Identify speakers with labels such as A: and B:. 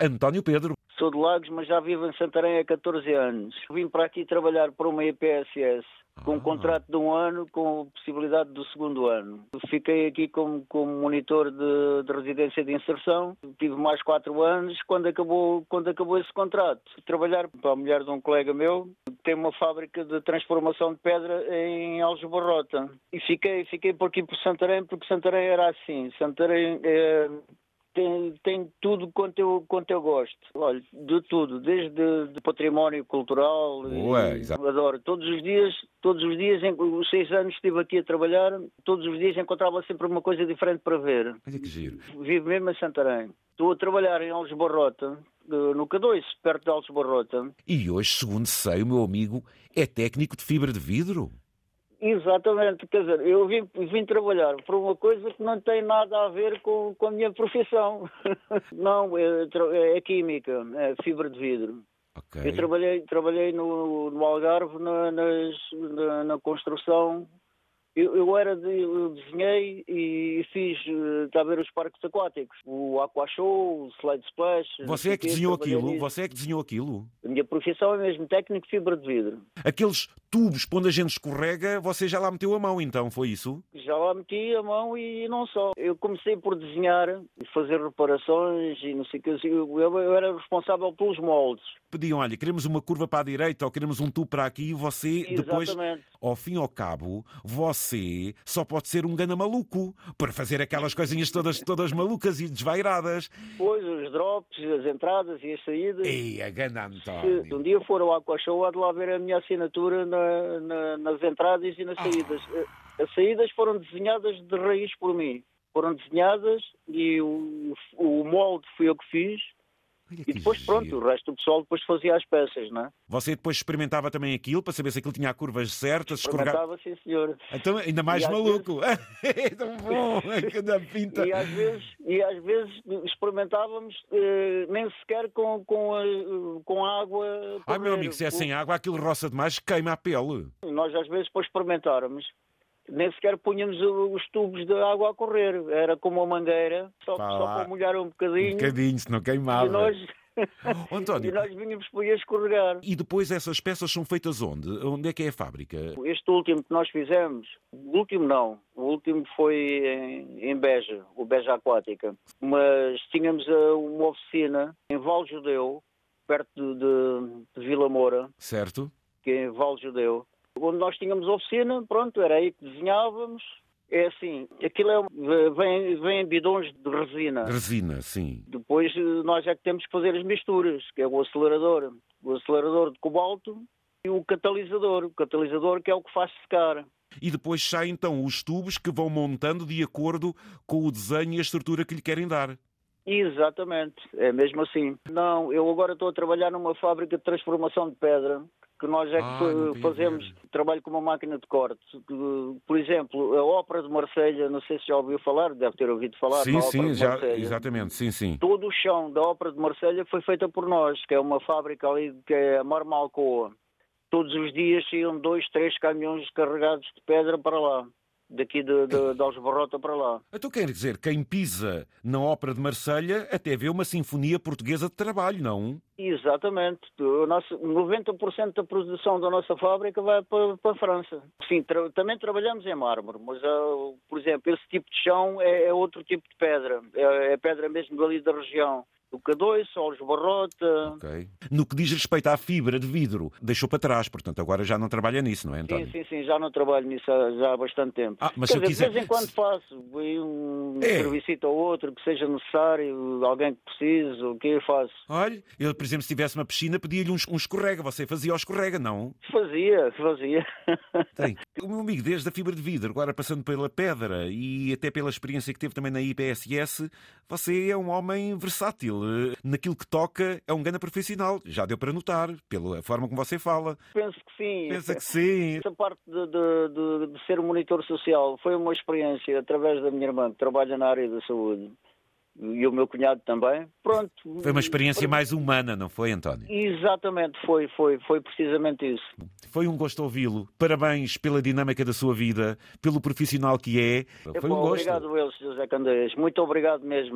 A: António Pedro.
B: Sou de Lagos, mas já vivo em Santarém há 14 anos. Vim para aqui trabalhar para uma EPSS, com um
A: Ah.
B: contrato de um ano, com possibilidade do segundo ano. Fiquei aqui como, como monitor de, de residência de inserção, tive mais quatro anos, quando acabou, quando acabou esse contrato. Fui Trabalhar para a mulher de um colega meu, que tem uma fábrica de transformação de pedra em Aljubarrota. E fiquei, fiquei por aqui por Santarém, porque Santarém era assim. Santarém... eh, tem, tem tudo quanto eu, quanto eu gosto. Olha, de tudo, desde de património cultural.
A: Boa,
B: e-
A: exato.
B: Adoro. Todos os dias, todos os dias, em, os seis anos que estive aqui a trabalhar, todos os dias encontrava sempre uma coisa diferente para ver.
A: Olha que giro.
B: Vivo mesmo em Santarém. Estou a trabalhar em Alves Barrota, eh, no K2, perto de Alves Barrota.
A: E hoje, segundo sei, o meu amigo é técnico de fibra de vidro.
B: Exatamente, quer dizer, eu vim, vim trabalhar por uma coisa que não tem nada a ver com, com a minha profissão. Não, é, tra- é química, é fibra de vidro.
A: Ok.
B: Eu trabalhei, trabalhei no, no Algarve na, nas- na, na construção. Eu, eu era de, eu desenhei e fiz, eh, está a ver, os parques aquáticos. O Aqua Show, o Slide Splash. não
A: Você
B: sei
A: é
B: o
A: que
B: quê,
A: desenhou
B: trabalhei
A: aquilo?
B: nisso.
A: Você é que desenhou aquilo?
B: A minha profissão é mesmo técnico de fibra de vidro.
A: Aqueles tubos para onde a gente escorrega, você já lá meteu a mão, então, foi isso?
B: Já lá meti a mão e não só. Eu comecei por desenhar e fazer reparações e não sei o que. Eu, eu- eu era responsável pelos moldes.
A: Pediam, olha, queremos uma curva para a direita ou queremos um tubo para aqui e você depois,
B: Exatamente.
A: ao fim e ao cabo, você só pode ser um gana maluco para fazer aquelas coisinhas todas, todas malucas e desvairadas.
B: Depois os drops, as entradas e as saídas.
A: Ei, a gana
B: Se um
A: António.
B: dia for ao Aqua Show, há de lá ver a minha assinatura na- na- nas entradas
A: Ah.
B: e nas saídas. Eh, As saídas foram desenhadas de raiz por mim. Foram desenhadas e o, o molde fui eu que fiz.
A: Olha que
B: E depois,
A: giro.
B: pronto, o resto do pessoal depois fazia as peças, não é?
A: Você depois experimentava também aquilo para saber se aquilo tinha curvas certas, escorregava.
B: Experimentava, sim, senhor.
A: Então, ainda mais
B: E às
A: maluco. É tão bom, é que dá pinta.
B: E às vezes, e às vezes experimentávamos eh, nem sequer com, com, a, com a água.
A: Ai, meu
B: correr.
A: amigo, se é
B: O-
A: sem água, aquilo roça demais, queima a pele. Um
B: Nós às vezes para experimentarmos, nem sequer punhamos o- os tubos de água a correr. Era como uma mangueira, só,
A: Pá
B: só
A: lá.
B: para molhar um
A: Um
B: bocadinho.
A: bocadinho, se não
B: e,
A: queimava.
B: nós,
A: Oh,
B: e
A: António,
B: nós vinhamos por aí a escorregar.
A: e depois essas peças são feitas onde? Onde é que é a fábrica?
B: Este último que nós fizemos, o último não, o último foi em, em Beja, o Beja Aquática. Mas tínhamos eh, uma oficina em Val Judeu, perto de, de- de Vila Moura,
A: Certo?
B: que é em Val Judeu, onde nós tínhamos oficina, pronto, era aí que desenhávamos. É assim, aquilo é, vem, vem em bidões de resina.
A: Resina, sim.
B: Depois eh, nós é que temos que fazer as misturas, que é o acelerador, o acelerador de cobalto e o catalisador, o catalisador que é o que faz secar.
A: E depois saem então os tubos que vão montando de acordo com o desenho e a estrutura que lhe querem dar.
B: Exatamente, é mesmo assim. Não, eu agora estou a trabalhar numa fábrica de transformação de pedra, que nós é que
A: Ah,
B: fa-
A: não tem a
B: fazemos, trabalho com uma máquina de corte. Que, Por exemplo, a Ópera de Marselha, não sei se já ouviu falar, deve ter ouvido falar da
A: sim,
B: Ópera
A: sim,
B: de
A: já,
B: Marselha.
A: exatamente, sim, sim.
B: Todo o chão da Ópera de Marselha foi feita por nós, que é uma fábrica ali, que é a Marmalcoa. Todos os dias iam dois, três caminhões carregados de pedra para lá, daqui de, de, de Algebarrota para lá.
A: Então quer dizer, quem pisa na Ópera de Marselha até vê uma sinfonia portuguesa de trabalho, não?
B: Exatamente. O nosso, 90% da produção da nossa fábrica vai para, para a França. Sim, tra- também trabalhamos em mármore, mas, ah, por exemplo, esse tipo de chão é, é outro tipo de pedra. É, é pedra mesmo ali da região. O K2, Solos Barrota.
A: Ok. No que diz respeito à fibra de vidro, deixou para trás, portanto agora já não trabalha nisso, não é, António?
B: Sim, sim, sim, já não trabalho nisso há, já há bastante tempo.
A: Ah, mas
B: Quer
A: se eu
B: dizer, de
A: quiser-
B: vez em quando faço aí um
A: É.
B: serviço ou outro que seja necessário, alguém que precise, o que eu faço.
A: Olha, eu, por exemplo, se tivesse uma piscina, pedia-lhe um, um escorrega. Você fazia o escorrega, não?
B: Fazia, fazia.
A: Tem. O meu amigo, desde a fibra de vidro, agora passando pela pedra e até pela experiência que teve também na IPSS, você é um homem versátil. Eh, Naquilo que toca, é um grande profissional. Já deu para notar, pela forma como você fala.
B: Penso que sim.
A: Pensa que sim.
B: Essa parte de, de- de- de ser um monitor social foi uma experiência através da minha irmã, que trabalha na área da saúde, e o meu cunhado também. Pronto.
A: Foi uma experiência mais humana, não foi, António?
B: Exatamente, foi, foi, foi precisamente isso.
A: Foi um gosto ouvi-lo. Parabéns pela dinâmica da sua vida, pelo profissional que é. Foi
B: Epá,
A: um gosto.
B: Obrigado, eles, José Candeias. Muito obrigado mesmo.